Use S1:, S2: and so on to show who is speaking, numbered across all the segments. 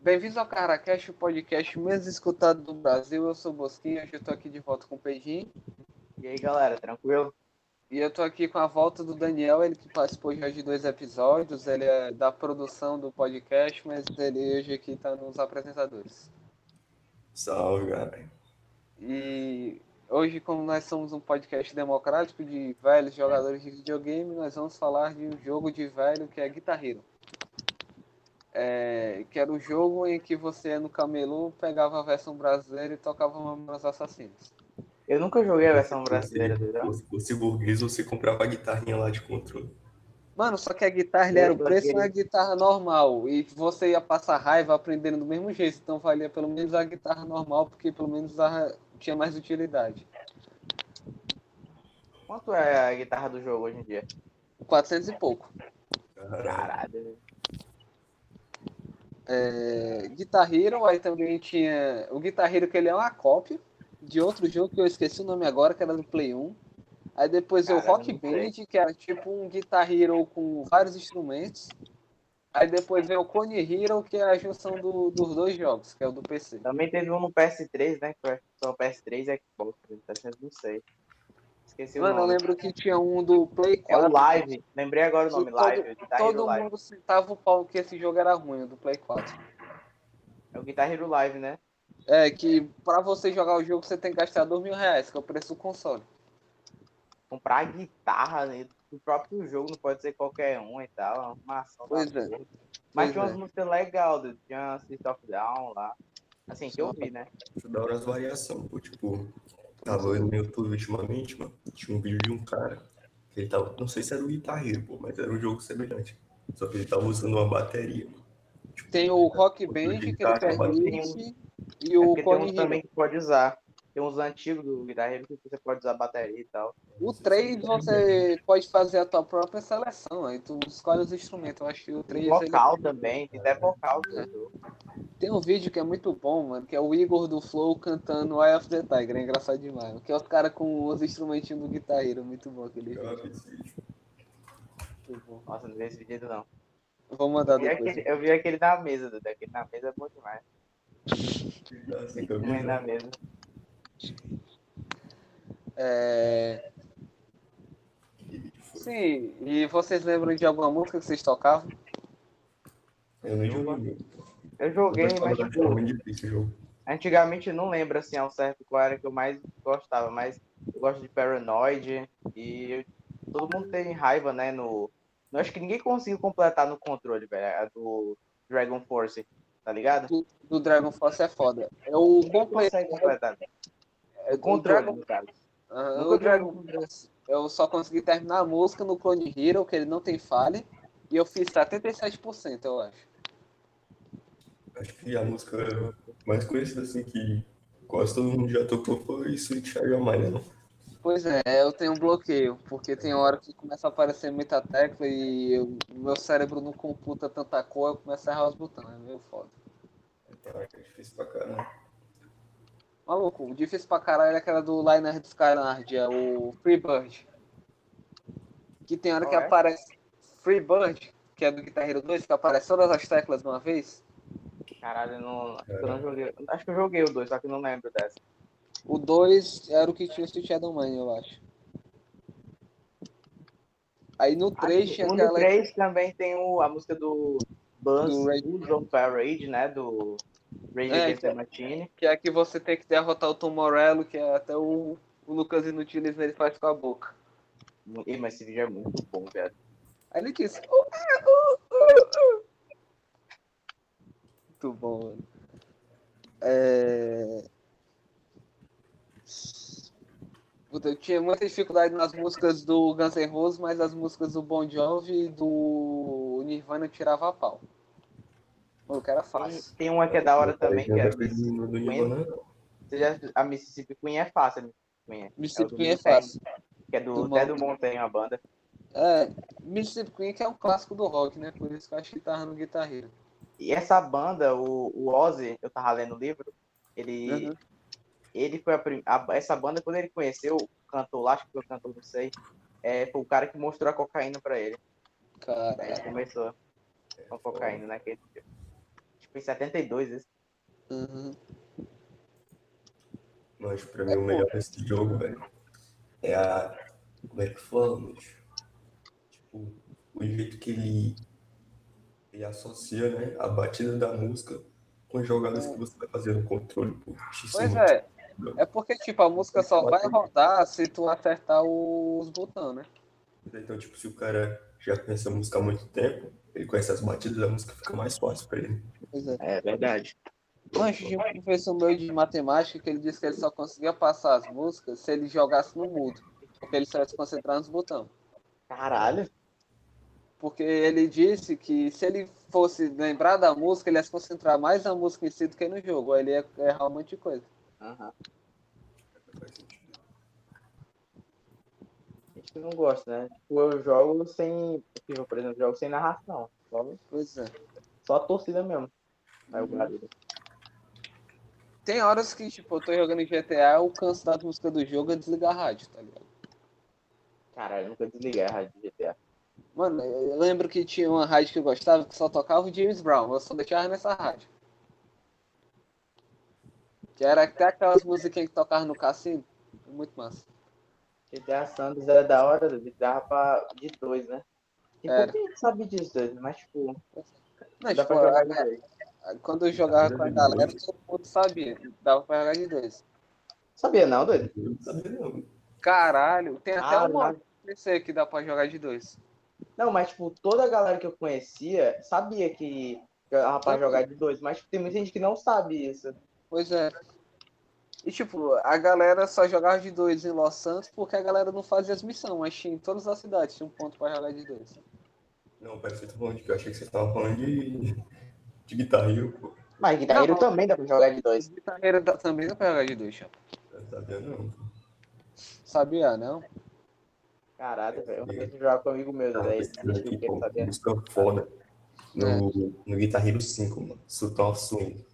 S1: Bem-vindos ao Caracast, o podcast menos escutado do Brasil. Eu sou o Bosquinho, hoje eu tô aqui de volta com o Pedim.
S2: E aí, galera, tranquilo?
S1: E eu tô aqui com a volta do Daniel, ele que participou já de dois episódios, ele é da produção do podcast, mas ele hoje aqui tá nos apresentadores.
S3: Salve, galera.
S1: E hoje, como nós somos um podcast democrático de velhos jogadores de videogame, nós vamos falar de um jogo de velho que é Guitarreiro. É, que era o jogo em que você no camelô, pegava a versão brasileira e tocava Mamonas Assassinas.
S2: Eu nunca joguei a versão brasileira do Dragon.
S3: Se fosse burguês, você comprava a guitarrinha lá de controle.
S1: Mano, só que a guitarra ele era o
S2: Eu
S1: preço
S2: joguei.
S1: da guitarra normal. E você ia passar raiva aprendendo do mesmo jeito. Então valia pelo menos a guitarra normal, porque pelo menos a- tinha mais utilidade.
S2: Quanto é a guitarra do jogo hoje em dia?
S1: 400 e pouco.
S3: Caralho.
S2: Caralho.
S1: É, Guitar Hero, aí também tinha. O Guitar Hero, que ele é uma cópia de outro jogo que eu esqueci o nome agora, que era do Play 1. Aí depois é o
S2: Cara,
S1: Rock
S2: não sei.
S1: Band, que era tipo um Guitar Hero com vários instrumentos. Aí depois veio o Cone Hero, que é a junção do- dos dois jogos, que é o do PC.
S2: Também teve um no PS3, né? Que foi só PS3 e Xbox. Tá sendo, não sei. Esqueci o
S1: Mano, eu
S2: nome.
S1: lembro que tinha um do Play
S2: É
S1: 4.
S2: o Live. Lembrei agora o
S1: que
S2: nome,
S1: todo-
S2: Live. Guitar Hero
S1: Todo
S2: Live.
S1: mundo sentava o pau que esse jogo era ruim, o do Play 4.
S2: É o Guitar Hero Live, né?
S1: É que pra você jogar o jogo você tem que gastar dois mil reais, que é o preço do console.
S2: Comprar a guitarra né? do próprio jogo, não pode ser qualquer um e tal. É uma ação da
S1: Pois é.
S2: porra.
S1: Pois
S2: Mas tinha umas
S1: é.
S2: músicas legais, dude. tinha System of Down lá. Assim, que eu vi, né?
S3: Acho da hora as variações, pô. Tipo, tava eu no YouTube ultimamente, mano. Tinha um vídeo de um cara. Que ele tava. Não sei se era o guitarreiro, pô, mas era um jogo semelhante. Só que ele tava usando uma bateria. mano. Tipo,
S1: Tem o Rock Band, que ele
S3: guitarra,
S1: permite, e
S2: É
S1: o
S2: porque tem
S1: Cone
S2: uns
S1: Hero.
S2: também que pode usar. Tem uns antigos do Guitar Hero que você pode usar bateria e tal.
S1: O 3 você pode fazer a tua própria seleção, aí tu escolhe os instrumentos. Eu acho que o 3
S2: vocal também, tem até vocal.
S1: É.
S2: viu?
S1: Tem um vídeo que é muito bom, mano, que é o Igor do Flow cantando Eye of the Tiger, é engraçado demais. Que é os caras com os instrumentinhos do guitarreiro, muito bom aquele
S3: Eu
S1: vídeo.
S3: vi esse vídeo.
S1: Muito bom.
S2: Nossa, não vi esse vídeo não.
S1: Vou mandar
S2: Eu vi,
S1: depois.
S2: é aquele, eu vi aquele na mesa, Dudu. Aquele na mesa é bom demais.
S3: Assim, que eu vi,
S2: Mas na
S3: né?
S2: mesa.
S1: É,
S3: Que vídeo foi?
S1: Sim, e vocês lembram de alguma música que vocês tocavam?
S3: Eu nem joguei.
S2: Eu joguei, mas
S3: Foi
S2: tipo,
S3: muito difícil o jogo.
S2: antigamente eu não lembro assim ao certo qual era que eu mais gostava, mas eu gosto de Paranoid e eu- todo mundo tem raiva, né? No. Eu acho que ninguém conseguiu completar no controle, velho. A do Dragon Force, tá ligado?
S1: Do Dragon Force é foda. É o
S2: Ninguém
S1: completo.
S2: consegue completar.
S1: É, o
S2: Controle,
S1: Dragon-
S2: no caso.
S1: Ah,
S2: Nunca
S1: o Dragon Force. Eu só consegui terminar a música no Clone Hero, que ele não tem falha. E eu fiz 77%, eu acho.
S3: Acho que a música mais conhecida, assim, que quase todo mundo já tocou foi Sweet Child O' Mine, né?
S1: Pois é, eu tenho um bloqueio, porque tem hora que começa a aparecer muita tecla e eu- meu cérebro não computa tanta cor, eu começo a errar os botões, é meio foda.
S3: Caraca, é difícil pra caralho.
S1: Maluco, o difícil pra caralho é aquela do Lionheart Skynard, é o Freebird. Que tem hora que
S2: Qual é?
S1: aparece Freebird, que é do Guitar Hero 2, que aparece todas as teclas de uma vez.
S2: Caralho, eu não, acho que eu não joguei. Acho que eu joguei o 2, só que eu não lembro dessa.
S1: O 2 era o que tinha o Street Shadow Man, eu acho. Aí no 3 tinha
S2: no
S1: aquela.
S2: 3 um também tem o, a música do Buzz,
S1: Do
S2: do,
S1: Rage-
S2: John Parade, né? Do Rage
S1: É,
S2: Against
S1: que-
S2: the Machine.
S1: Que é a que você tem que derrotar o Tom Morello, que é até o, o Lucas Inutilis né, ele faz com a boca.
S2: Ih, mas esse vídeo é muito bom, velho.
S1: Aí ele disse. "Uh, ah, Muito bom, mano. É... Puta, eu tinha muita dificuldade nas músicas do Guns N' Roses, mas as músicas do Bon Jovi e do Nirvana eu tirava a pau. O cara
S2: Tem,
S1: fácil.
S2: tem uma que é da hora também, que é
S3: Lembra aquele menino do né? Nirvana?
S2: você já- a Mississippi Queen é fácil, a Mississippi Queen. é-
S1: Mississippi
S2: do
S1: Queen é
S2: Montanha,
S1: fácil.
S2: Que é do,
S1: Do
S2: até do Montanha, a banda.
S1: É, Mississippi Queen que é um clássico do rock, né? Por isso que eu acho que tava no guitarreiro.
S2: E essa banda, o, o Ozzy, eu tava lendo o livro, ele,
S1: Uhum.
S2: ele foi a, prim- a- essa banda quando ele conheceu o cantor lá, acho que foi o cantor, não sei, é, foi o cara que mostrou a cocaína pra ele. Aí
S1: Cara,
S2: É. ele começou com a cocaína, né? Que ele- Foi em 72 esse.
S1: Uhum.
S3: Mas pra
S2: é
S3: mim o melhor desse jogo, velho, é a. Como é que fala, mas... Tipo, o jeito que ele. Ele associa, né? A batida da música com as jogadas
S2: Hum.
S3: que você vai fazer no controle, pô. Acho isso
S1: Pois
S3: muito
S1: é.
S3: legal.
S1: É porque, tipo, a música só vai rodar se tu acertar os botões, né?
S3: Então, tipo, se o cara já conhece a música há muito tempo, ele conhece as batidas da música, fica mais fácil pra ele.
S1: Pois é.
S2: É verdade.
S1: Antes de um professor meu de matemática que ele disse que ele só conseguia passar as músicas se ele jogasse no mudo. Porque ele só ia se concentrar nos botões.
S2: Caralho.
S1: Porque ele disse que se ele fosse lembrar da música, ele ia se concentrar mais na música em si do que no jogo. Aí ele ia errar um monte de coisa.
S2: Aham. A gente não gosta, né? Tipo, Eu jogo sem. FIFA, por exemplo, jogo sem narração. Só,
S1: Pois é.
S2: só a torcida mesmo. Aí o barulho.
S1: Tem horas que, tipo, eu tô jogando GTA, eu canso da música do jogo e desligar a rádio, tá ligado?
S2: Caralho, eu nunca desliguei a rádio de GTA.
S1: Mano, eu lembro que tinha uma rádio que eu gostava que só tocava o James Brown. Eu só deixava nessa rádio. Que era até aquelas musiquinhas que tocavam no cassino. Muito massa.
S2: GTA Sanders era da hora, David, dava pra de dois, né? E
S1: Era.
S2: por que sabe disso, dois? Mas, tipo,
S1: Não,
S2: dá
S1: tipo,
S2: pra jogar
S1: a-
S2: de dois.
S1: a- quando eu jogava com a galera, todo mundo sabia. Dava pra jogar de dois.
S2: Sabia não, doido?
S3: Eu não sabia, não.
S1: Caralho, tem até
S2: Ah,
S1: um mod de PC que dá pra jogar de dois.
S2: Não, mas, tipo, toda a galera que eu conhecia sabia que dava pra jogar de dois, mas tipo, tem muita gente que não sabe isso.
S1: Pois é. E tipo, a galera só jogava de dois em Los Santos porque a galera não fazia as missões, mas tinha em todas as cidades, tinha um ponto pra jogar de dois.
S3: Não, parece que você tá falando de que eu achei que você tava falando de, de Guitar Hero, pô.
S2: Mas guitarreiro
S1: Não.
S2: também dá pra jogar de dois.
S1: Guitarreira dá- também dá pra jogar de dois, chapa.
S3: Eu não sabia, tá não. pô.
S1: Sabia, não?
S2: Caralho, velho. Eu vou ter que jogar com um amigo meu,
S3: Tava
S2: velho. Esse
S3: pesquisando
S2: bicho
S3: aqui,
S2: que ele tá
S3: pô,
S2: sabia.
S3: música foda.
S2: É.
S3: No, no Guitar Hero 5, mano. Sultan of Swing.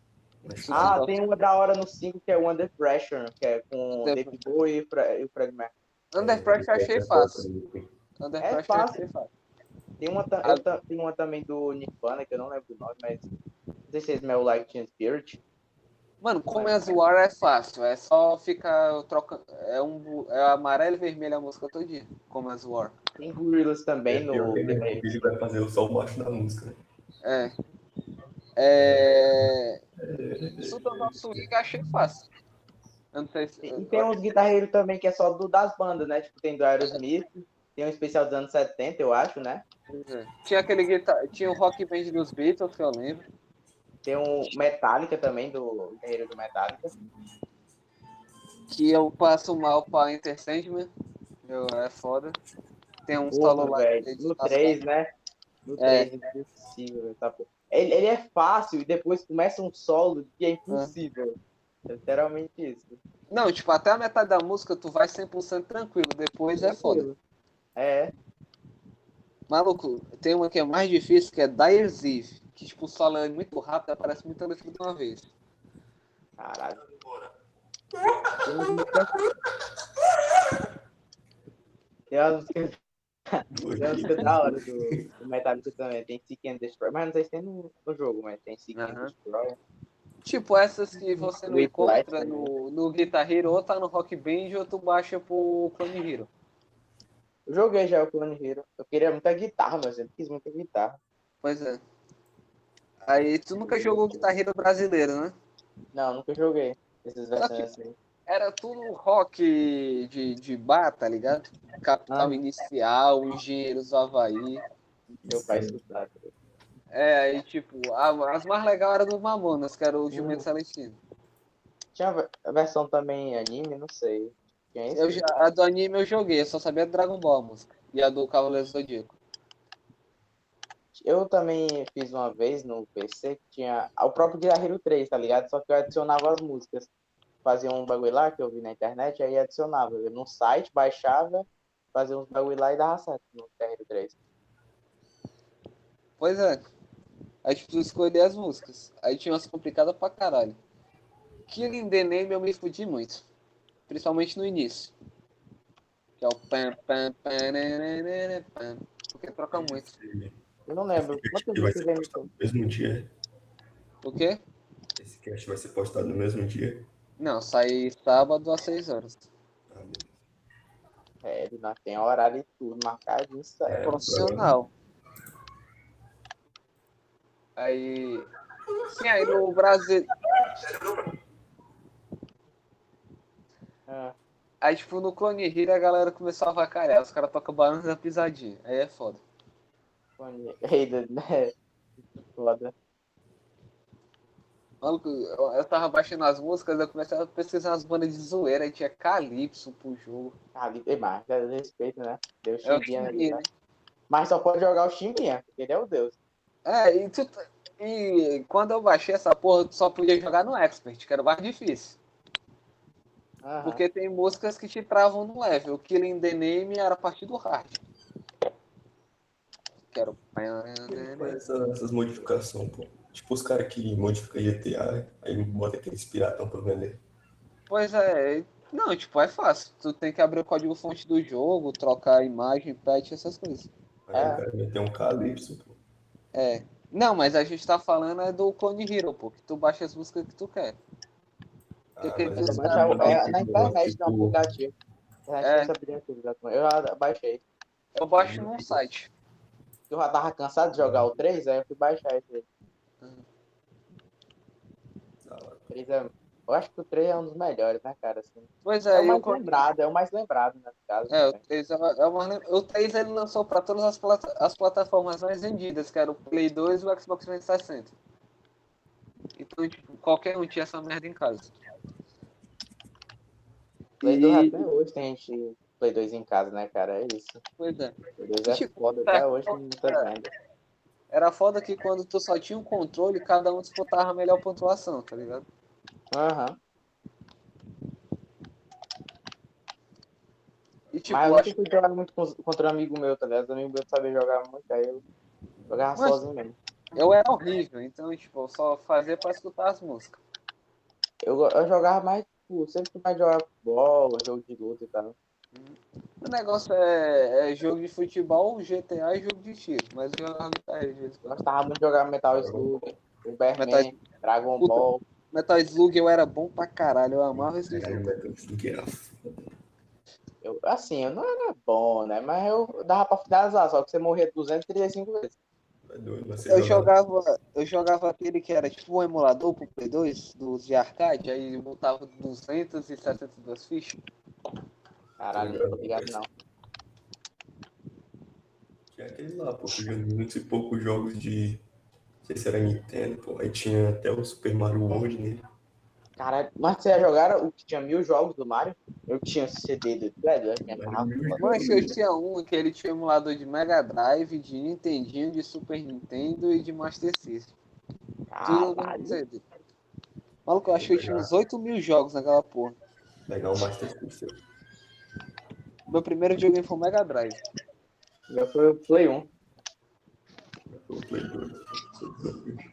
S3: Mas,
S2: Ah, tem uma da hora no 5 que é o Under Pressure, que é com o
S1: Under-
S2: David Bowie e o Fre- e o Fred Mercury.
S1: Under Pressure eu
S3: é
S1: achei fácil. Under
S2: É
S1: Pressure eu
S2: fácil.
S1: achei fácil.
S2: Tem uma, ta-
S1: Ah.
S2: eu ta- tem uma também do Nirvana, que eu não lembro o nome, mas não sei se é Smell Like Teen Spirit.
S1: Mano, como é zoar é fácil. É só ficar trocando. É, um, bu- é amarelo e vermelho a música todo dia. Como é zoar.
S2: Tem Gorillaz
S3: É,
S2: também no
S3: um
S2: The Brave.
S3: Ele vai fazer só o baixo da música, né?
S1: É. É. Sultan of Swing eu achei fácil. Eu não sei se.
S2: E tem um- uns guitarreiros também que é só do, das bandas, né? Tipo, tem do Aerosmith, tem um especial dos anos 70, eu acho, né?
S1: Tinha aquele guitar... Tinha o rock band dos Beatles, que eu lembro.
S2: Tem um Metallica também, do guitarreiro do Metallica.
S1: Que eu passo mal pra Enter Sandman. Eu, é foda. Tem um solo
S2: Outro,
S1: lá
S2: velho.
S1: dele de
S2: No
S1: passar.
S2: 3, né? No
S1: É.
S2: 3, é impossível, velho, tá, pô. Ele, ele é fácil e depois começa um solo que é impossível. É literalmente isso.
S1: Não, tipo, até a metade da música tu vai 100% tranquilo, depois é foda.
S2: É,
S1: Maluco, tem uma que é mais difícil, que é Dire Eve, que tipo, o solo é muito rápido, aparece muita letra de uma vez.
S2: caralho. Tem umas músicas Tem uma música da hora do, do Metallica também. Tem Seek and Destroy. Mas não sei se tem no, no jogo, mas tem Seek and
S1: Aham.
S2: Destroy.
S1: Tipo, essas que você não
S2: Whiplash
S1: encontra
S2: também.
S1: no, no Guitar Hero, ou tá no Rock Band, ou tu baixa pro Clone Hero.
S2: Eu joguei já o Clone Hero. Eu queria muita guitarra, mas eu sempre quis muita guitarra.
S1: Pois é. Aí tu nunca jogou Guitar Hero brasileiro, né?
S2: Não, nunca joguei. Essas versões assim.
S1: Era tudo rock de, de bar, tá ligado? Capital
S2: Ah.
S1: Inicial, Engenheiros do Havaí.
S2: Meu pai escutava.
S1: É, aí, tipo, a- as mais legais eram do Mamonas, que era o Jumento Celestino.
S2: Tinha a ve- a versão também em anime, não sei. Tinha isso?
S1: Eu, já- a do anime eu joguei, eu só sabia do Dragon Ball a música. E a do Cavaleiro do Zodíaco.
S2: Eu também fiz uma vez no PC que tinha o próprio Guitar Hero 3, tá ligado? Só que eu adicionava as músicas. Fazia um bagulho lá que eu vi na internet, aí adicionava. Eu ia num site, baixava, fazia uns bagulho lá e dava certo no Guitar Hero 3.
S1: Pois é. Aí, tipo, tu escolher as músicas. Aí tinha umas complicadas pra caralho. Killing the Name eu me fudi muito. Principalmente no início. Que é o pam, pam, pam, nananana, pam. Porque troca muito.
S2: Eu não lembro.
S3: Acho que
S2: Quantas
S3: vai
S2: músicas
S3: ser
S2: ele tem?
S3: Mesmo dia.
S1: O quê?
S3: Esse cast vai ser postado no mesmo dia.
S1: Não, sai sábado às 6 horas.
S3: Ah, meu.
S2: É, ele não tem horário e tudo marcadinho,
S3: É,
S2: certo? né,
S1: profissional. Aí. Sim, aí no Brasil.
S2: Ah,
S1: Aí, tipo, no Clone Hero a galera começou a avacalhar. Os caras tocam banana da pisadinha. Aí é foda.
S2: Clone
S3: É.
S2: Hader, né? Foda.
S1: Maluco, eu eu tava baixando as músicas, eu comecei a pesquisar as bandas de zoeira. Aí tinha Calypso pro jogo.
S2: Ah, e mais, é respeito, né? Deus
S1: É o
S2: Chimbinha ali,
S1: Chimbinha,
S2: né? Mas só pode jogar o Chimbinha, porque ele é o Deus.
S1: É, e, tu- e quando eu baixei essa porra, tu só podia jogar no Expert, que era o mais difícil.
S2: Aham.
S1: Porque tem músicas que te travam no level. O Killing the Name era a partir do hard. Quero.
S3: Mas essa- essas modificações, pô. Tipo os caras que modificam GTA, aí botam aqueles piratão pra vender.
S1: Pois é. Não, tipo, é fácil. Tu tem que abrir o código fonte do jogo, trocar a imagem, patch, essas coisas.
S3: Aí
S2: É.
S3: o cara meteu um calypso, pô.
S1: É. Não, mas a gente tá falando é do Clone Hero, pô. Que tu baixa as músicas que tu quer.
S3: Ah,
S1: aquele
S3: mas
S1: que
S2: Mas é, o- é na
S3: tipo,
S2: internet, no
S3: tipo,
S2: aplicativo. Na
S1: É.
S2: internet, no aplicativo, exatamente. Eu já baixei.
S1: Eu baixo num site.
S2: Eu já tava cansado de jogar o 3, aí eu fui baixar esse aí.
S3: ah,
S2: O 3 é... Eu acho que o 3 é um dos melhores, né, cara? Assim.
S1: Pois
S2: É
S1: é,
S2: o
S1: e o
S2: mais
S1: Clone
S2: lembrado, é o mais lembrado, no caso.
S1: É, o
S2: né?
S1: 3, é uma- é uma lem- o 3 ele lançou para todas as, plata- as plataformas mais vendidas, que era o Play 2 e o Xbox 360. Então, tipo, qualquer um tinha essa merda em casa.
S2: Play 2
S1: E-
S2: até hoje tem gente Play 2 em casa, né, cara? É isso.
S1: Pois é.
S2: Play 2 é
S1: Tipo,
S2: foda
S1: tá-
S2: até hoje, não tá vendo.
S1: Era foda que quando tu só tinha um controle, cada um disputava a melhor pontuação, tá ligado?
S2: Aham.
S1: E tipo,
S2: Mas eu
S1: eu acho
S2: nunca fui jogar muito com- contra um amigo meu, tá ligado? Um amigo meu sabia jogar muito, aí eu jogava
S1: Mas-
S2: sozinho mesmo.
S1: eu era horrível, então, tipo, eu só fazia pra escutar as músicas.
S2: Eu, go- eu jogava mais, tipo, sempre que mais jogava bola, jogo de luta e tal.
S1: O negócio é, é jogo de futebol, GTA e jogo é, de tiro, mas eu jogava guitarra de vez em
S2: Eu
S1: quando.
S2: Gostava muito de jogar Metal Slug, Bomberman, Dragon
S1: Puta.
S2: Ball.
S1: Metal Slug eu era bom pra caralho, eu amava esse jogo.
S3: Caralho, mas antes do que era foda.
S2: Eu, assim, eu não era bom, né? Mas eu dava pra finalizar, só que você morria 235 vezes.
S3: Tá doido, mas você
S1: Eu
S3: jogava-
S1: jogava, eu jogava aquele que era tipo um emulador pro Play 2, dos de arcade, aí eu botava 272 fichas.
S2: Caralho, não tô ligado não.
S3: Tinha aquele lá, pô, que eu joguei muitos e poucos jogos de. Não sei se era Nintendo, pô. Aí tinha até o Super Mario World nele.
S2: Caralho, mas vocês já jogaram o que tinha mil jogos do Mario? Eu tinha CD do né? Dread, eu tinha
S3: Era
S2: carro.
S3: mil jogos.
S1: Mas
S2: Hum.
S1: eu tinha um que ele tinha emulador de Mega Drive, de Nintendinho, de Super Nintendo e de Master System. Tudo no mesmo
S2: Caralho.
S1: CD. Maluco, eu acho que eu tinha uns 8 mil jogos naquela porra.
S3: Pegar o Master System.
S1: Meu primeiro videogame foi o Mega Drive.
S2: Já foi o Play 1.
S3: O Play 2.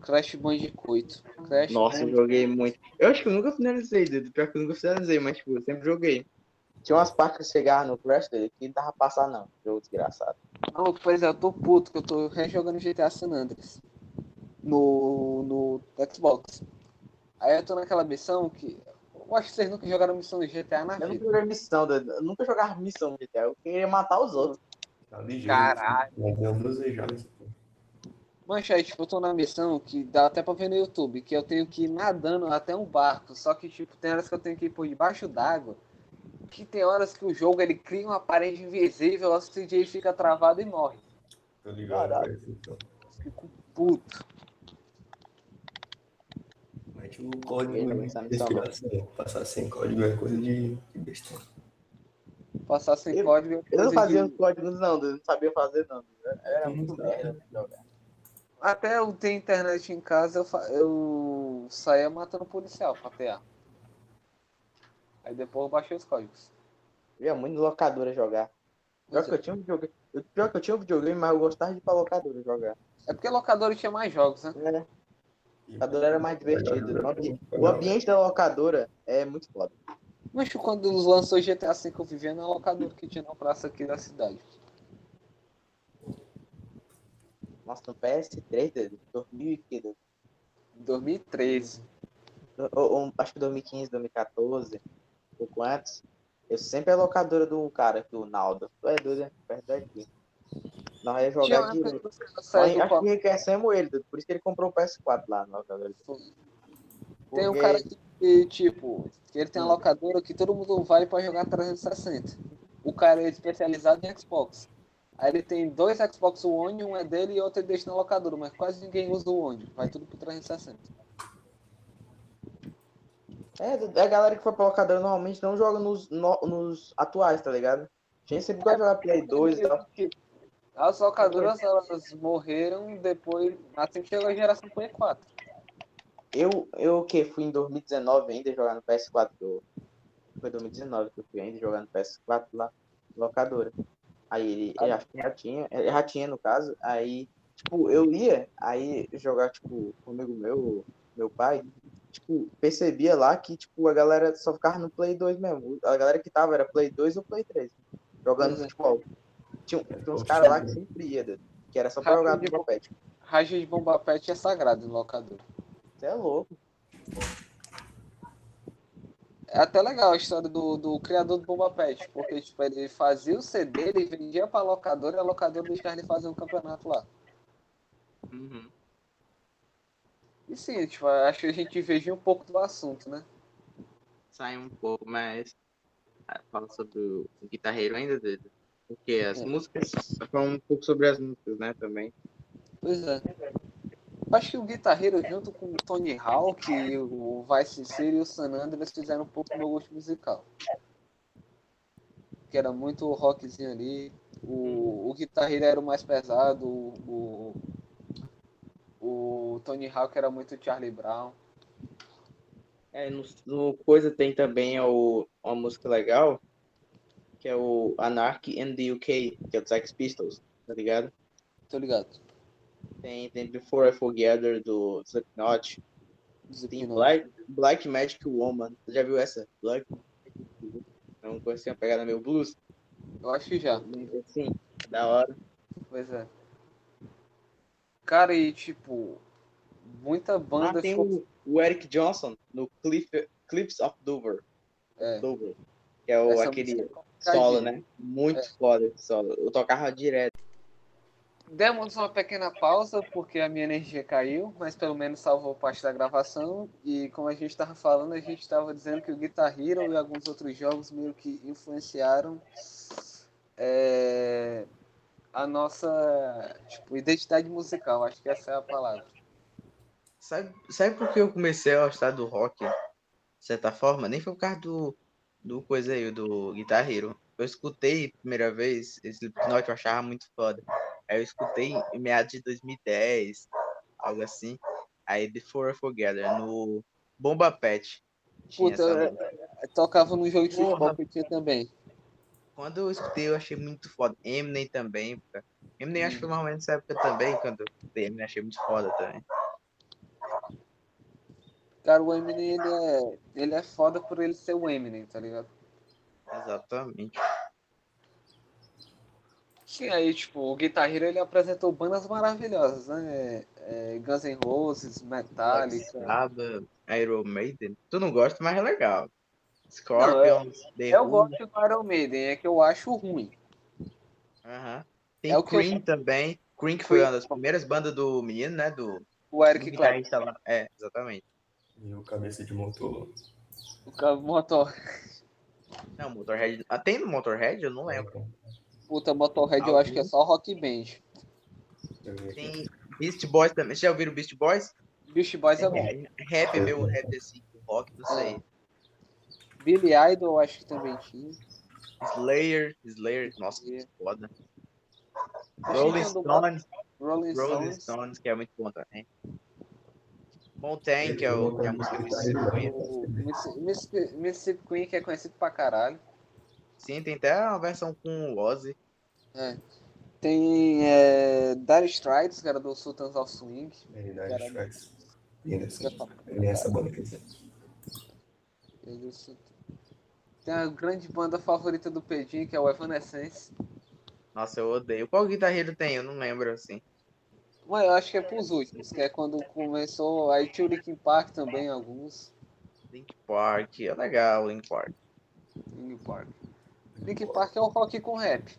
S1: Crash Bandicoot. Crash
S2: Nossa, eu
S1: Bandicoot.
S2: joguei muito. Eu acho que eu nunca finalizei, Dudu. Pior que eu nunca finalizei, mas tipo, eu sempre joguei. Tinha umas partes que eu chegava no Crash dele que não dava pra passar, não. Jogo desgraçado.
S1: Maluco, pois é, eu tô puto que eu tô rejogando GTA San Andreas no, no Xbox. Aí eu tô naquela missão que. Eu acho que vocês nunca jogaram missão do GTA na
S2: Eu nunca
S1: vida.
S2: joguei missão, Dudu. Eu nunca jogava missão no GTA. Eu queria matar os outros.
S3: Tá ligeiro. é
S1: Caralho.
S3: Não deu duas beijadas, pô.
S1: Mancha, aí, tipo, eu tô na missão que dá até pra ver no YouTube, que eu tenho que ir nadando até um barco. Só que, tipo, tem horas que eu tenho que ir por debaixo d'água. Que tem horas que o jogo ele cria uma parede invisível, o CJ fica travado e morre.
S3: Tô tá ligado.
S2: Caralho.
S3: mas, então.
S1: Fico puto.
S3: Mas tipo, o código
S2: Ele
S3: é
S2: não sabe
S3: respiração. Passar sem código é coisa de, de besteira.
S1: Passar sem
S2: Eu-
S1: código. é
S2: Eu não
S1: coisa
S2: fazia
S1: de-
S2: os códigos, não, Dudu. Não sabia fazer, não. Dudu. Era muito merda de jogar.
S1: Até eu ter internet em casa, eu, fa- eu saía matando policial pra TA. Aí depois eu baixei os códigos.
S2: Eu ia muito em locadora jogar. Pior que eu tinha um videogame. eu- Pior que eu tinha um videogame, mas eu gostava de ir pra locadora jogar.
S1: É porque locadora tinha mais jogos, né?
S2: Era.
S3: E-
S1: Tá
S2: Locadora era mais divertido. O ambi- O ambiente da locadora é muito foda.
S1: Mas quando lançou GTA V, eu vivia na locadora que tinha na praça aqui da cidade.
S2: Nossa, no PS3, Dudu, 2000 e que, Dudu?
S1: 2013.
S2: ou- ou- acho que 2015, 2014, ou quantos. Eu sempre é locadora do cara, do Naldo. Tu é doido, né? perto daqui. Nós
S1: Tinha
S2: ia jogar
S1: uma época
S2: direto.
S1: que os caras
S2: Nós-
S1: saíam do
S2: Acho que enriquecemos ele, doido. por isso que ele comprou o PS4 lá na locadora.
S1: Tem um
S2: Porque-
S1: cara que, que, tipo, que ele tem uma locadora que todo mundo vai pra jogar 360. O cara é especializado em Xbox. Aí ele tem dois Xbox One, um é dele e outro ele deixa na locadora, mas quase ninguém usa o One. Vai tudo pro 360.
S2: É, doido, a galera que foi pra locadora normalmente não joga nos, no- nos atuais, tá ligado? A gente sempre gosta de jogar Play 2 e tal.
S1: As locadoras elas morreram depois, assim que chegou a geração Play 4.
S2: Eu, eu o que? Fui em 2019 ainda jogar no PS4. que Eu... Foi 2019 que eu fui ainda jogar no PS4 lá, na locadora. Aí ele, ele acho que já tinha, ele já tinha no caso. Aí, tipo, eu ia, aí jogar, tipo, comigo meu, meu pai, tipo, percebia lá que, tipo, a galera só ficava no Play 2 mesmo. A galera que tava era Play 2 ou Play 3, jogando
S1: Pois é.
S2: futebol. Tinha, um, tinha uns caras lá que sempre ia, doido, que era só pra jogar
S1: Rapidinho.
S2: no papel.
S1: Raja de Bomba Pet é sagrado em locadora.
S2: Você é louco.
S1: É até legal a história do, do criador do Bomba Pet, porque tipo, ele fazia o CD, ele vendia pra locadora e a locadora deixava ele fazer um campeonato lá. E sim, tipo, acho que a gente veja um pouco do assunto, né?
S2: sai um pouco, mas ah, fala sobre o o guitarreiro ainda dele. Porque as
S1: É.
S2: músicas falam um pouco sobre as músicas, né, também.
S1: Pois é. Acho que o Guitarreiro, junto com o Tony Hawk, o Vice City e o San Andreas, fizeram um pouco do meu gosto musical. Que era muito rockzinho ali. O, o Guitarreiro era o mais pesado. O, o, o Tony Hawk era muito Charlie Brown.
S2: É, no, no Coisa tem também o, uma música legal, que é o Anarchy in the UK, que é do Sex Pistols, tá ligado?
S1: Tô ligado.
S2: Tem, tem Before I Forget do Slipknot, tem
S1: Slipknot.
S2: Black, Black Magic Woman, você já viu essa? Black Então, Não conheci é uma pegada meio blues,
S1: Eu acho que já.
S2: assim, da hora.
S1: Pois é. Cara, e tipo, muita banda
S2: Ah, tem
S1: ficou-
S2: o, o Eric Johnson no Cliff, Cliffs of Dover.
S1: É.
S2: Dover. Que é o,
S1: essa
S2: aquele
S1: música é
S2: solo, né? Muito foda esse solo. Eu tocava direto.
S1: Demos uma pequena pausa porque a minha energia caiu, mas pelo menos salvou parte da gravação. E como a gente estava falando, a gente estava dizendo que o Guitar Hero e alguns outros jogos meio que influenciaram é, a nossa tipo, identidade musical. Acho que essa é a palavra.
S2: Sabe, sabe por que eu comecei a gostar do rock? De certa forma, nem foi por causa do, do coisa aí, do guitarreiro. Eu escutei a primeira vez esse Slipknot, eu achava muito foda. Aí eu escutei em meados de 2010, algo assim. Aí Before I Forget, no Bomba Pet. tinha
S1: Puta, é,
S2: essa
S1: eu-
S2: música.
S1: Tocava no jogo de futebol
S2: Porra.
S1: que eu tinha também.
S2: Quando eu escutei, eu achei muito foda. Eminem também, cara. Eminem acho
S1: Hum.
S2: que foi mais ou menos nessa época também, quando eu escutei Eminem, achei muito foda também.
S1: Cara, o Eminem ele é, ele é foda por ele ser o Eminem, tá ligado?
S2: Exatamente.
S1: Sim, aí, tipo, o Guitar Hero ele apresentou bandas maravilhosas, né? É, Guns N' Roses, Ah, Metallica.
S2: Abba, Iron Maiden. Tu não gosta, mas é legal.
S1: Não, é.
S2: Scorpions, The
S1: Eu
S2: Who,
S1: gosto do Iron Maiden, é que eu acho ruim.
S2: aham. Tem
S1: É o que eu-
S2: Cream também. Cream que foi
S1: Cream.
S2: uma das primeiras bandas do menino, né? Do,
S1: O
S2: do
S1: Eric Clapton,
S2: guitarrista lá. É, exatamente.
S3: E o cabeça de motor.
S1: o cara- o Motor,
S2: Não, Motorhead. Ah, tem no Motorhead? Eu não
S3: né,
S2: lembro.
S3: então,
S1: puta, Motorhead eu acho que é só rock band.
S2: Tem Beast Boys também. Vocês já ouviram Beast Boys?
S1: Beast Boys é bom.
S2: É, rap, meu rap assim, rock,
S1: Ah.
S2: não sei.
S1: Billy Idol eu acho que também tinha.
S2: Slayer, Slayer, nossa, que
S1: Slayer.
S2: foda.
S1: Acho que
S2: Rolling
S1: tinha do Bob-
S2: Stones,
S1: Rolling
S2: Rolling
S1: um Stones.
S2: Stones, que é muito bom também. Mountain, que é, o, que é a música que se conhece.
S1: o Mississippi- Mississippi Mississippi Queen, que é conhecido pra caralho.
S2: Sim, tem até uma versão com o Ozzy.
S1: Tem é, Dire Strides, que era do Sultans of Swing.
S3: né, Ele é essa banda que ele
S1: Ele su- Tem a grande banda favorita do Pedinho, que é o Evanescence.
S2: Nossa, eu odeio. Qual guitarreiro tem? Eu não lembro, assim.
S1: Mano, eu acho que é pros últimos, que é quando começou. Aí tinha o Linkin Park também, alguns.
S2: Link Park, é legal, Link Park.
S1: Linkin Park. Linkin Park é o rock com rap.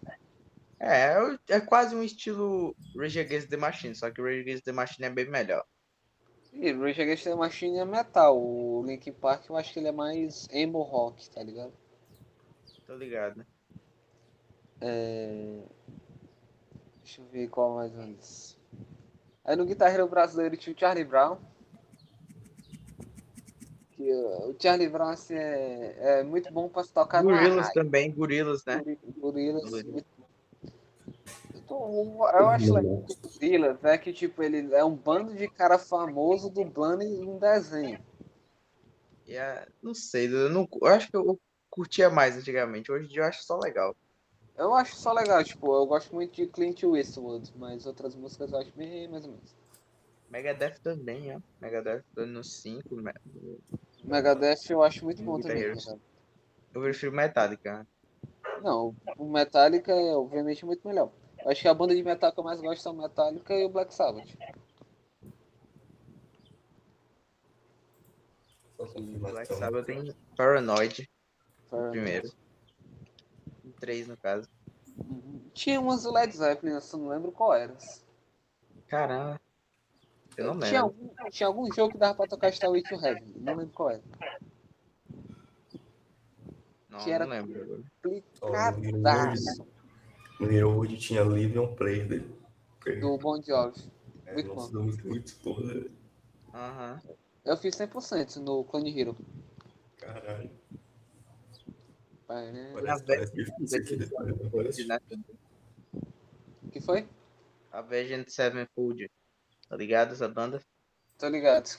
S2: É, é o- é quase um estilo Rage Against the Machine, só que o Rage Against the Machine é bem melhor.
S1: E Rage Against the Machine é metal. O Linkin Park eu acho que ele é mais emo rock, tá ligado?
S2: Tô ligado.
S1: É... Deixa eu ver qual mais um. dos. Aí no guitarreiro brasileiro tinha o Charlie Brown. Que, uh, o Charlie Brown assim, é, é muito bom pra se tocar na
S2: Gorilas
S1: rádio.
S2: também, Gorilas, né?
S1: Gori- Gorilas.
S2: Gorilas.
S1: Então, o- Eu acho legal que o Gorilas é que tipo, ele é um bando de cara famoso dublando em um desenho.
S2: E é- não sei, eu, não, eu acho que eu curtia mais antigamente, hoje em dia eu acho só legal.
S1: Eu acho só legal, tipo, eu gosto muito de Clint Eastwood, mas outras músicas eu acho bem mais ou menos.
S2: Megadeth também, ó. Megadeth tá no 5. me-
S1: Megadeth eu acho muito bom
S2: Guitar
S1: também.
S2: Hero.
S1: cara.
S2: Eu prefiro Metallica, né?
S1: Não, o Metallica é obviamente muito melhor. Eu acho que a banda de metal que eu mais gosto são Metallica e o Black Sabbath.
S3: Só confirmar
S2: Black
S3: que tá um-
S2: Sabbath tem Paranoid,
S1: Fair
S2: primeiro. Em Três, no caso.
S1: enough. Uhum. Tinha umas do Led Zeppelin, eu só não lembro qual era.
S2: Caramba. Eu não
S1: Tinha um
S2: lembro.
S1: algum, é, tinha algum jogo que dava pra tocar Star Wars to Heaven, não lembro qual era.
S2: Não,
S1: que era-
S2: não lembro agora.
S1: Complicadaço
S3: No Hero World tinha Live on Play dele.
S1: do Bon Jovi.
S3: É,
S1: muito
S3: nossa,
S1: bom.
S3: deu muito, muito porra. velho.
S2: Aham.
S1: Eu fiz 100% no Clone Hero.
S3: Caralho.
S1: O
S3: Parece, parece difícil aqui, né? Parece-
S1: que foi?
S2: A Vegent Sevenfold. Tá ligado essa banda?
S1: Tô ligado.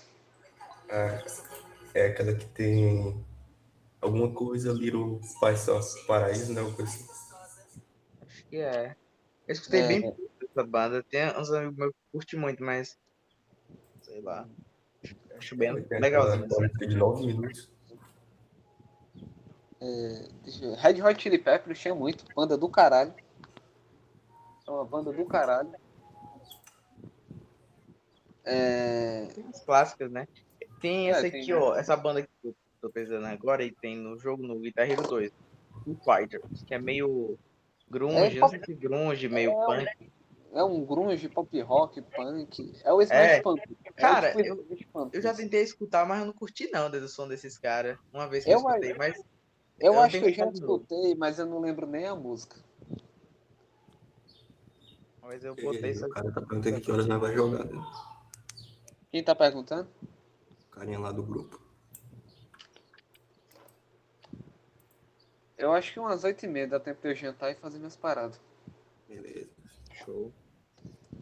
S3: Ah, é aquela que tem alguma coisa Little Pai Só Paraíso, né? Alguma coisa assim.
S2: Acho que é. Eu escutei
S1: É.
S2: bem pouco dessa banda. Tem uns amigos meus que curtem muito, mas. Sei lá. Acho- Acho bem
S3: Tem
S2: legal.
S3: aquela música de 9 minutos.
S1: Deixa eu ver. Red Hot Chili Peppers tinha muito. Banda do caralho. É uma banda do caralho. É,
S2: clássicas, né? Tem
S1: É,
S2: essa
S1: tem,
S2: aqui,
S1: né?
S2: ó. Essa banda que eu tô pensando agora e tem no jogo no Guitar Hero 2. Foo Fighters, que é meio grunge,
S1: É,
S2: não sei se grunge, meio
S1: é,
S2: punk.
S1: é um grunge, pop rock, punk. É o Smash
S2: É.
S1: Punk. É
S2: Cara,
S1: tipo
S2: eu-
S1: Smash Pumpkins.
S2: Eu já tentei escutar, mas eu não curti não do som desses caras. Uma vez que
S1: Eu
S2: eu escutei, mas
S1: Eu
S2: eu
S1: acho que
S2: tenho
S1: eu já
S2: que fazer.
S1: escutei, mas eu não lembro nem a música.
S2: Mas eu botei isso
S3: O
S2: aqui.
S3: cara tá perguntando que horas nós vai jogar. né?
S1: Quem tá perguntando?
S3: O carinha lá do grupo.
S1: Eu acho que umas 8 e meia dá tempo de eu jantar e fazer minhas paradas.
S3: Beleza.
S2: Show.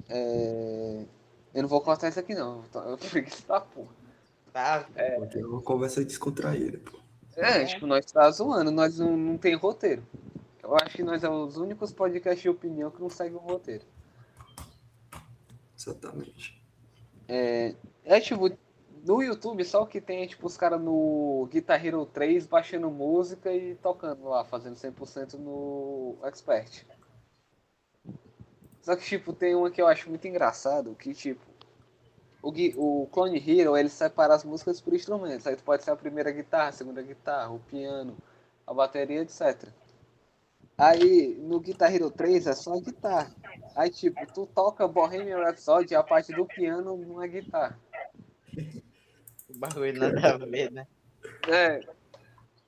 S1: É, Eu não vou cortar isso aqui não. Eu tô- Eu tô preguiça da porra.
S2: Tá, é,
S3: Tem uma conversa descontraída, pô.
S1: É,
S2: É.
S1: tipo, nós tá zoando, nós não, não tem roteiro. Eu acho que nós é os únicos podcasts de opinião que não segue o roteiro.
S3: Exatamente.
S1: É tipo, no YouTube só o que tem é tipo os caras no Guitar Hero 3 baixando música e tocando lá, fazendo 100% no Expert. Só que tipo, tem uma que eu acho muito engraçado, que tipo, o, gui- o Clone Hero ele separa as músicas por instrumentos. Aí tu pode ser a primeira guitarra, a segunda guitarra, o piano, a bateria, etc. Aí no Guitar Hero 3 é só guitarra. Aí, tipo, tu toca Bohemian Rhapsody e a parte do piano não é guitarra.
S2: o bagulho nada a ver, né?
S1: É.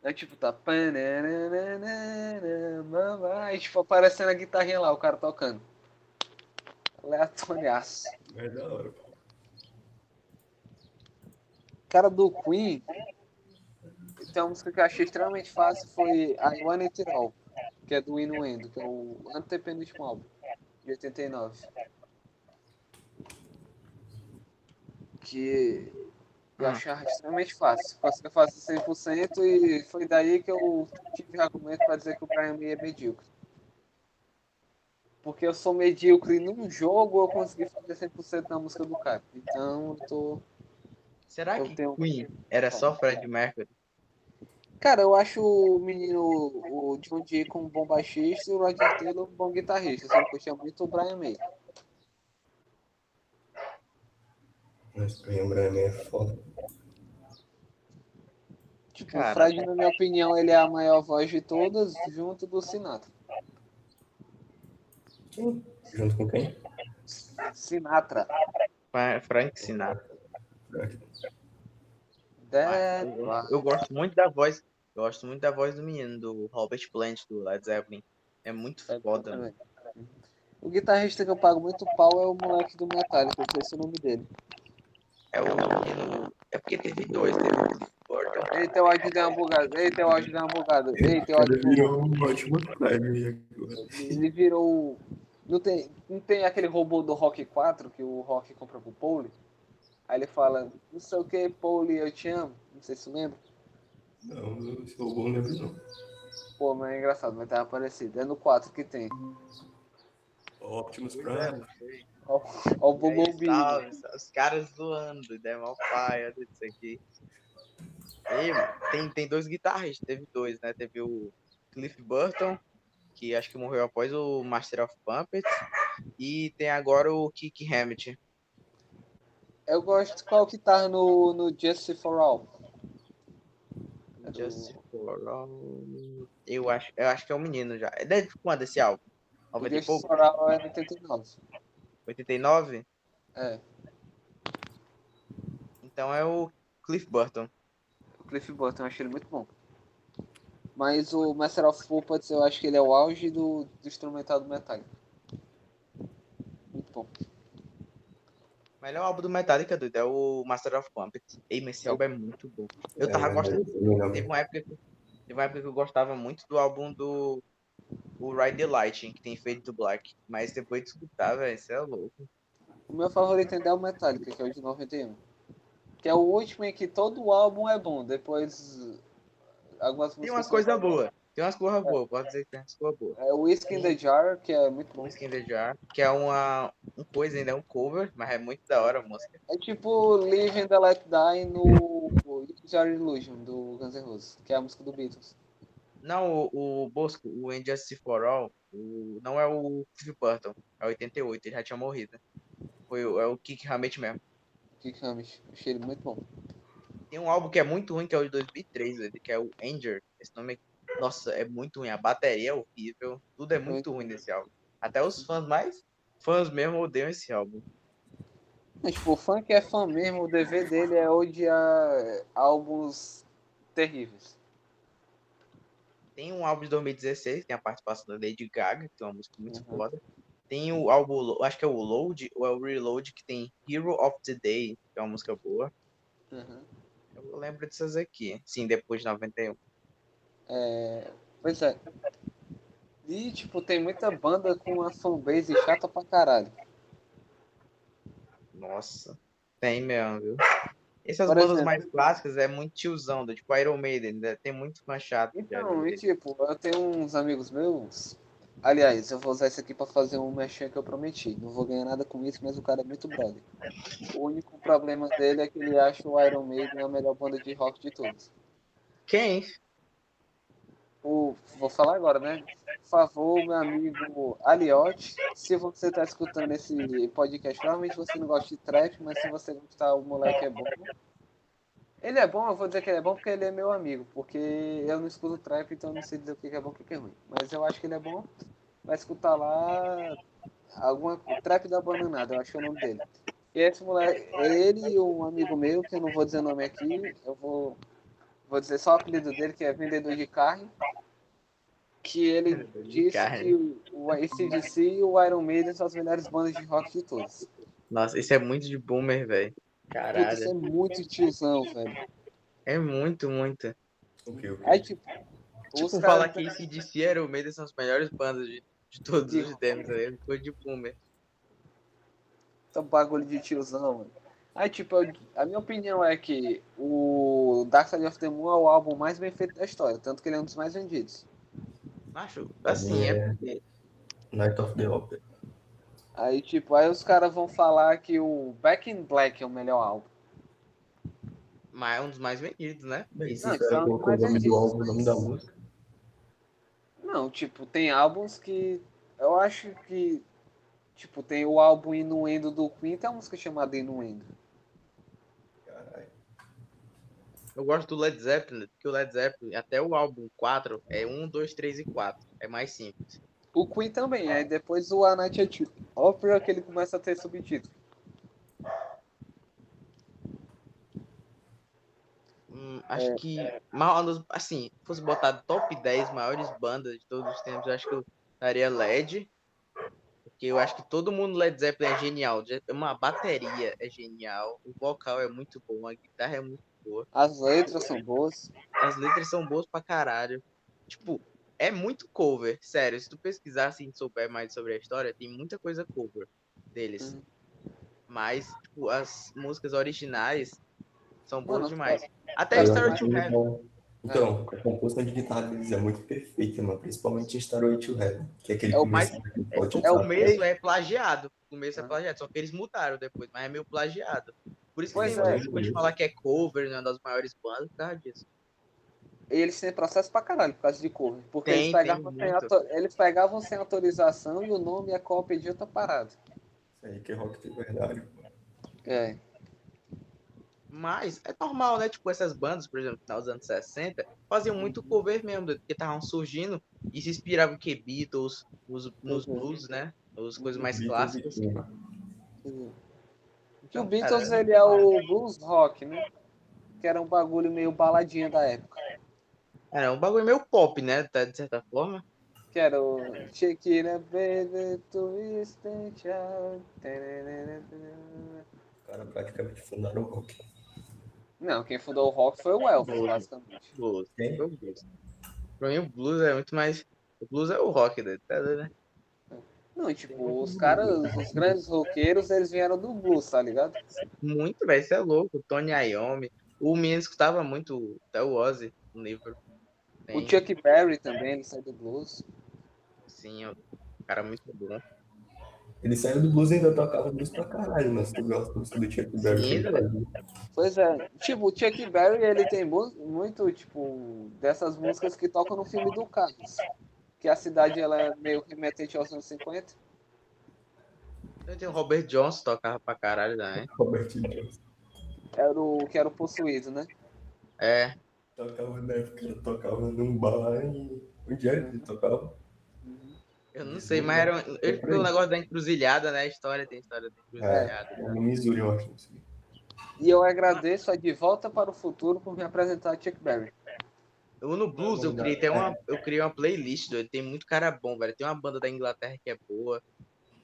S1: É tipo, tá. pananana, Aí, tipo, aparecendo a guitarrinha lá, o cara tocando. Aleatoriaço.
S3: É da hora, pô.
S1: O cara do Queen. Tem uma música que eu achei extremamente fácil, foi I Want It All, que é do Inuendo, que é o antepenúltimo álbum, de 89. Que eu
S2: Ah.
S1: achava extremamente fácil. Consegui fazer 100% e foi daí que eu tive argumento pra dizer que o Brian May é medíocre. Porque eu sou medíocre num jogo, eu consegui fazer 100% na música do cara. Então, eu tô...
S2: Será
S1: Eu
S2: que
S1: tenho- um
S2: Queen era só Fred Mercury?
S1: Cara, eu acho o menino, o John Deacon, um bom assim, baixista e o Roger Taylor um bom guitarrista. Só que eu curtia muito o Brian May.
S3: Mas lembrando é foda.
S1: Tipo,
S2: Cara.
S1: o Fred, na minha opinião, ele é a maior voz de todas, junto do Sinatra.
S3: Quem? Junto com quem?
S1: Sinatra.
S2: Fra- Frank Sinatra.
S1: That
S2: Eu gosto muito da voz. eu Gosto muito da voz do menino, do Robert Plant, do Led Zeppelin. É muito
S1: É,
S2: foda, mano.
S1: também. O guitarrista que eu pago muito pau é o moleque do Metallica, eu esqueci o nome dele.
S2: É o menino. É porque teve dois, teve o Cliff Burton.
S1: Eita, o áudio deu uma bugada. Eita, o áudio deu uma bugada. Eita, o áudio
S3: Ele
S1: deu uma bugada.
S3: virou um ótimo prime né? agora.
S1: Ele virou... o- Não tem, não tem aquele robô do Rock 4 que o Rock compra pro Pauli? Aí ele fala, não sei o que, Pauli, eu te amo. Não sei se tu lembra.
S3: Não, esse robô não lembro não.
S1: Pô, mas é engraçado, mas tava parecido. É no 4 que tem.
S3: Optimus Prime.
S1: Ó o
S2: Aí,
S1: Bumblebee.
S2: salve, salve, Os caras zoando, né? Mal pai, olha isso aqui. Ei, mano, tem, tem dois guitarristas, teve dois, né? Teve o Cliff Burton, que acho que morreu após o Master of Puppets, e tem agora o Kick Hammett.
S1: Eu gosto qual que tá no, no Justice for All. É do-
S2: Just for all... eu, acho, eu acho que é um menino já. É de quando esse álbum?
S1: O
S2: 90 e
S1: Justice
S2: pouco?
S1: for All é 89.
S2: 89?
S1: É,
S2: Então é o Cliff Burton.
S1: o Cliff Burton, eu achei ele muito bom. Mas o Master of Puppets, eu acho que ele é o auge do, do instrumental do Metallica. Muito bom.
S2: Melhor álbum do Metallica, doido, é o Master of Puppets. Ei, mas esse álbum é muito bom. Eu tava
S3: é
S2: gostando. Teve uma época que, teve uma época que eu gostava muito do álbum do o Ride the Lightning, que tem feito do Black. Mas depois de escutar, velho, isso é louco.
S1: O meu favorito ainda é o Metallica, que é o de 91. Que é o último em que todo o álbum é bom. Depois, algumas
S2: Tem
S1: músicas...
S2: umas
S1: são-
S2: coisas boas. Tem umas coisas boas, pode dizer que tem umas coisas boas.
S1: É o Whiskey in the Jar, que é muito bom.
S2: Música in the Jar, que é uma um coisa ainda, é um cover, mas é muito da hora a música.
S1: É tipo Live and Let Die no Jar Illusion do Guns N' Roses, que é a música do Beatles. não
S2: Não, o, o Bosco, o Injustice for All, o- não é o Cliff Burton, é o 88, ele já tinha morrido. Foi, o- é o Kick Hammett mesmo.
S1: Dick Hamish, achei ele muito bom.
S2: Tem um álbum que é muito ruim, que é o de 2003, velho, que é o Anger. Esse nome é... Nossa, é muito ruim. A bateria é horrível. Tudo é muito ruim desse álbum. Até os fãs mais fãs mesmo odeiam esse álbum.
S1: Mas, tipo, o fã que é fã mesmo, o dever dele é odiar álbuns terríveis.
S2: Tem um álbum de 2016, tem a participação da Lady Gaga, que é uma música muito
S1: Uhum.
S2: foda. Tem o álbum, Lo- acho que é o Load ou é o Reload, que tem Hero of the Day, que é uma música boa.
S1: Uhum.
S2: Eu lembro dessas aqui. Sim, depois de 91.
S1: Pois é. E, tipo, tem muita banda com uma fanbase chata pra caralho.
S2: Nossa, tem mesmo, viu? Essas
S1: Por
S2: bandas
S1: exemplo-
S2: mais clássicas é muito tiozão, do- tipo Iron Maiden, né? tem muito fã chato. né? de Iron
S1: Então, e
S2: Maiden.
S1: tipo, eu tenho uns amigos meus. Aliás, eu vou usar isso aqui pra fazer um mexer que eu prometi. Não vou ganhar nada com isso, mas o cara é muito brother. O único problema dele é que ele acha o Iron Maiden a melhor banda de rock de todos.
S2: Quem?
S1: O, vou falar agora, né? Por favor, meu amigo Aliotti, se você tá escutando esse podcast, provavelmente você não gosta de trap, mas se você gostar, o moleque é bom. Ele é bom, eu vou dizer que ele é bom porque ele é meu amigo, porque eu não escuto trap, então eu não sei dizer o que que é bom e o que que é ruim. Mas eu acho que ele é bom. Vai escutar lá alguma trap da bananada, eu acho que é o nome dele. E esse moleque, ele e um amigo meu, que eu não vou dizer o nome aqui, eu vou, vou dizer só o apelido dele, que é vendedor de carne que ele
S2: Vendedor de
S1: disse
S2: carne.
S1: que o- o ACDC e o Iron Maiden são as melhores bandas de rock de todas.
S2: Nossa, esse é muito de boomer, velho.
S1: Putz, isso é
S2: Caralho.
S1: muito tiozão, velho.
S2: É muito, muito.
S3: O que, o que?
S1: Aí,
S2: É,
S1: tipo,
S2: Tipo,
S1: os caras... tá-
S2: falar que esse DC e Iron Maiden são as melhores bandas de, de todos os
S1: Sim.
S2: tempos, velho. Coisa de boomer.
S1: Então, bagulho de tiozão, mano. Aí, tipo, eu- a minha opinião é que o Dark Side of the Moon é o álbum mais bem feito da história, tanto que ele é um dos mais vendidos.
S2: Macho, assim, é porque...
S3: Night of the Opera.
S1: Aí, tipo, aí os caras vão falar que o Back in Black é o melhor álbum.
S2: Mas é um dos mais vendidos, né?
S3: Bem,
S2: Isso.
S1: Não,
S3: sincero,
S1: então,
S3: colocou o nome
S1: mas é
S3: do álbum, o
S1: isso,
S3: nome da
S1: mas-
S3: música.
S1: Não, tipo, tem álbuns que eu acho que tipo, tem o álbum Inuendo do Queen, tem uma música chamada Inuendo.
S2: Eu gosto do Led Zeppelin, porque o Led Zeppelin, até o álbum 4, é 1, 2, 3 e 4. É mais simples.
S1: O Queen também, aí depois o A Night at Opera que ele começa a ter subtítulo.
S2: Hum, acho que. Maior, dos- assim, se fosse botar top 10 maiores bandas de todos os tempos, eu acho que eu daria LED. Porque eu acho que todo mundo Led Zeppelin é genial. Je- Uma bateria é genial. O vocal é muito bom. A guitarra é muito.
S1: As letras são boas.
S2: As letras são boas pra caralho. Tipo, é muito cover. Sério, se tu pesquisar assim, souber mais sobre a história, tem muita coisa cover deles.
S1: Uhum.
S2: Mas, tipo, as músicas originais são boas
S1: Mano, é,
S2: demais. Até a
S3: Cara,
S2: Story
S3: mas
S2: to
S3: eles
S2: Heaven.
S3: vão- é Então, a composição de guitarra deles é muito perfeita, mano. Principalmente em Starway to Heaven, que é aquele
S1: É o
S2: mais-
S3: começo que
S2: É,
S3: pode
S2: o
S3: usar.
S2: começo é plagiado. O começo é
S1: Ah.
S2: plagiado, só que eles mudaram depois, mas é meio plagiado. Por isso que
S1: Pois
S2: tem
S1: é.
S2: muita gente que fala que é cover, né, uma das maiores bandas, por causa disso.
S1: E eles têm processo pra caralho por causa de cover. Porque
S2: Tem,
S1: eles, pegavam
S2: tem
S1: sem
S2: muito.
S1: auto- eles pegavam sem autorização e o nome e a cópia de outra parada.
S3: Isso aí que é rock de verdade, mano.
S1: É.
S2: Mas é normal, né? Tipo, essas bandas, por exemplo, no final dos anos 60, faziam
S1: Uhum.
S2: muito cover mesmo, porque estavam surgindo e se inspiravam que Beatles, nos, nos
S1: Uhum.
S2: blues, né? As coisas mais assim.
S3: Beatles e
S2: clássicas.
S3: Queen.
S1: Que o
S2: Então,
S1: Beatles
S2: cara,
S1: ele é o blues rock, né? Que era um bagulho meio baladinha da época.
S2: Era um bagulho meio pop, né? tá, De certa forma.
S1: Que era o Shakira, baby, twist and shout. tararara.
S3: Os caras praticamente fundaram o rock.
S1: Não, quem fundou o rock foi o Elvis, basicamente.
S2: Blues.
S3: Quem?
S2: Foi o blues. Pra mim, o blues é muito mais. O blues é o rock, né? tá doido, né?
S1: Não, tipo, os caras, os grandes roqueiros, eles vieram do blues, tá ligado?
S2: Muito, velho, isso é louco. O Tony Iommi. O menino escutava muito até o Ozzy no livro.
S1: O
S2: Tem,
S1: Chuck Berry também, ele saiu do blues.
S2: Sim, ó, um cara muito bom.
S3: Ele saiu do blues e ainda tocava blues pra caralho, mano. Se tu gosta da música do Chuck Berry,
S2: Sim,
S3: ele
S2: velho.
S3: fazia.
S1: Pois é, tipo, o Chuck Berry, ele tem mu- muito, tipo, dessas músicas que tocam no filme do Carlos. Que a cidade, ela é meio remetente aos anos 50.
S2: Eu tenho o Robert Johnson, tocava pra caralho também.
S3: Robert Johnson.
S1: Era o que era o possuído, né?
S2: É,
S3: Tocava na época, ele tocava num bar e... Onde era que ele tocava?
S2: eu não sei, mas era um, ele foi um negócio da encruzilhada, né? A história tem história da encruzilhada.
S3: No Missouri, eu acho. assim, Não sei.
S1: E eu agradeço a De Volta para o Futuro por me apresentar a Chuck Berry.
S2: Eu no blues, eu criei até uma, eu criei uma playlist, doido. Tem muito cara bom, velho. Tem uma banda da Inglaterra que é boa.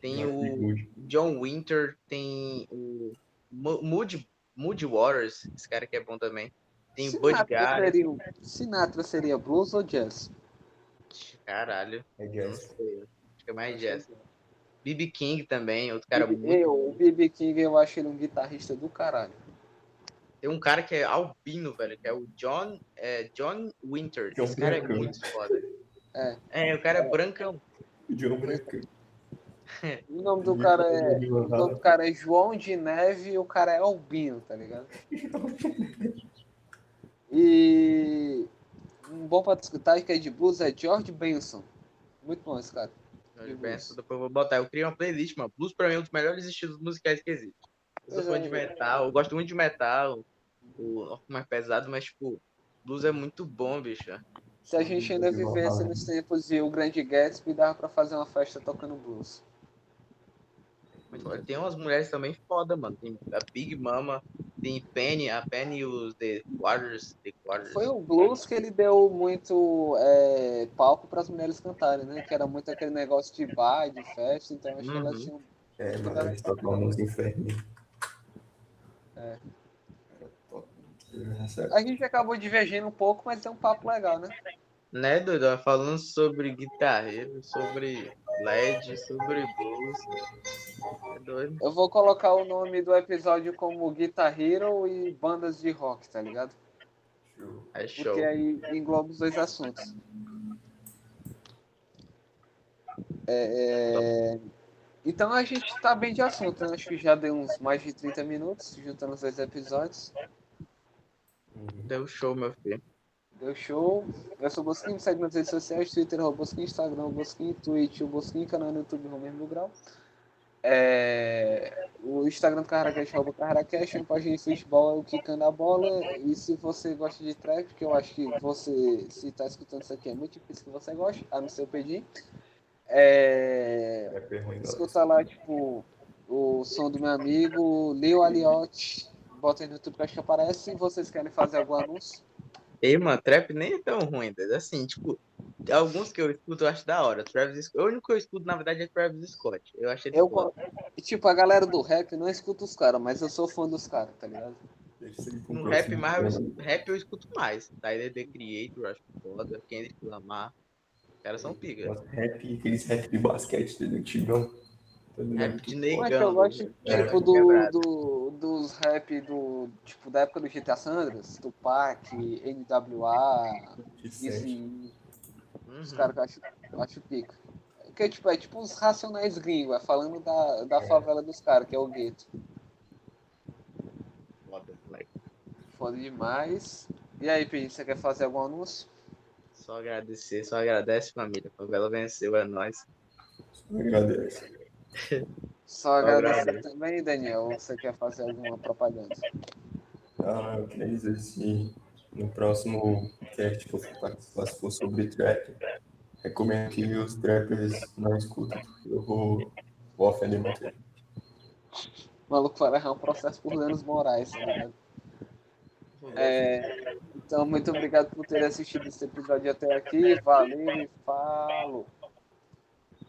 S2: Tem o John Winter, tem o Mo- Moody, Moody Waters, esse cara que é bom também. Tem o Bud Guy,
S1: seria, o- Sinatra seria blues ou jazz?
S2: caralho,
S3: É
S2: eu não
S3: jazz.
S2: sei. Acho que é mais jazz. B.B. King também, outro cara
S1: BB
S2: muito...
S1: eu, o BB King, eu acho ele um guitarrista do caralho.
S2: Tem um cara que é albino, velho, que é o John, é, John Winter.
S3: Que é um
S2: Esse cara é
S3: brancão.
S2: muito foda.
S1: É.
S2: É, o cara é brancão.
S3: O John Branco.
S1: O nome do cara é. O nome do cara é João de Neve e o cara é Albino, tá ligado? E um bom pra escutar que é de blues é George Benson. Muito bom esse cara.
S2: Eu
S1: Blues.
S2: penso, depois eu vou botar. Eu criei uma playlist, mano. Blues pra mim é um dos melhores estilos musicais que existe. Eu sou
S1: Pois
S2: fã
S1: é.
S2: de metal, eu gosto muito de metal, o rock mais pesado, mas, tipo, blues é muito bom, bicho.
S1: Se a gente ainda vivesse nos tempos de O Grande Gatsby, dava pra fazer uma festa tocando blues.
S2: Muito bom. tipo, Tem umas mulheres também foda, mano. Tem a Big Mama, tem Penny, a Penny e os The Quarters. The Quarters.
S1: Foi o blues que ele deu muito é, palco pras mulheres cantarem, né? Que era muito aquele negócio de bar, de festa, então acho que elas
S2: Uhum.
S1: tinham.
S3: É, mano, eles tocam a música inferno.
S1: É.
S3: É, certo.
S1: A gente acabou divergindo um pouco, mas é um papo legal, né?
S2: Né, Dudu? Falando sobre guitarreiro, sobre LED, sobre blues. É doido.
S1: Eu vou colocar o nome do episódio como Guitar Hero e bandas de rock, tá ligado?
S3: Show.
S2: É show.
S1: Porque aí engloba os dois assuntos. É, é, Então a gente tá bem de assunto, né? Acho que já deu uns mais de 30 minutos, juntando os dois episódios.
S3: Uhum.
S2: Deu show, meu filho.
S1: Deu show. Eu sou o Bosquinho, me segue nas redes sociais, Twitter, arroba Bosquinho, Instagram, Bosquinho, Twitch, o Bosquinho, canal no YouTube, Romero Mil Grau. É, o Instagram do Carracash rouba Carracash, a página de futebol é o Quicando a Bola. E se você gosta de trap, que eu acho que você, se está escutando isso aqui, é muito difícil que você goste, a não ser eu pedir. É,
S3: É bem ruim, não.
S1: escuta lá, tipo, o som do meu amigo, Leo Aliotti, bota aí no YouTube que eu acho que aparece. Vocês querem fazer algum anúncio?
S2: Ei, mano, trap nem é tão ruim, doido. Assim, tipo, alguns que eu escuto eu acho da hora. Travis Scott. O único que eu escuto, na verdade, é Travis Scott. Eu achei
S1: Eu,
S2: foda.
S1: e, tipo, a galera do rap não escuta os caras, mas eu sou fã dos caras, tá ligado?
S3: Deve ser com
S2: No
S3: o
S2: Um rap,
S3: próximo
S2: mais,
S3: ano.
S2: rap eu escuto mais. Tyler, The Creator, eu acho foda. Kendrick Lamar. Os caras são pica.
S3: Nossa, Rap, aqueles rap de basquete do antigão. Tá ligado?
S2: Rap de
S1: Eu
S2: negão.
S1: acho que eu gosto,
S2: doido.
S3: É,
S1: tipo, do,
S2: quebrado.
S1: do- dos rap do, tipo, da época do GTA Sandras, Tupac, NWA,
S3: Que sete.
S1: Easy,
S2: Uhum.
S1: os caras que eu acho, eu acho pica. Que, tipo, é tipo os racionais gringos, é falando da, da favela dos caras, que é o gueto.
S2: Foda, moleque.
S1: Foda demais. E aí, Pedro, você quer fazer algum anúncio?
S2: Só agradecer, só agradece, família. Favela venceu, é nóis.
S3: é Agradeço.
S1: Só agradecer
S2: agradeço.
S1: também, Daniel, ou você quer fazer alguma propaganda?
S3: Ah, eu queria dizer se no próximo cast que eu for participar, se for sobre trap, recomendo que os trappers não escutem, porque eu vou, vou ofender muito.
S1: O maluco vai errar um processo por danos morais, tá ligado? É, então, muito obrigado por ter assistido esse episódio até aqui. Valeu e falou!